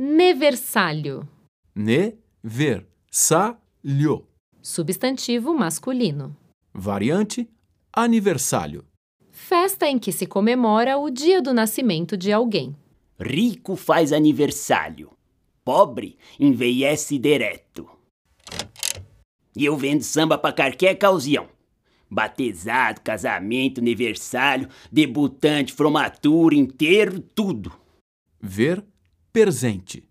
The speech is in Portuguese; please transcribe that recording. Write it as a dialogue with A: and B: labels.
A: Neversalho.
B: Ne, ver, sa, lho.
A: Substantivo masculino.
B: Variante, aniversário.
A: Festa em que se comemora o dia do nascimento de alguém.
C: Rico faz aniversário. Pobre envelhece direto. E eu vendo samba pra qualquer ocasião. Batezado, casamento, aniversário, debutante, formatura, inteiro, tudo.
B: Ver, presente.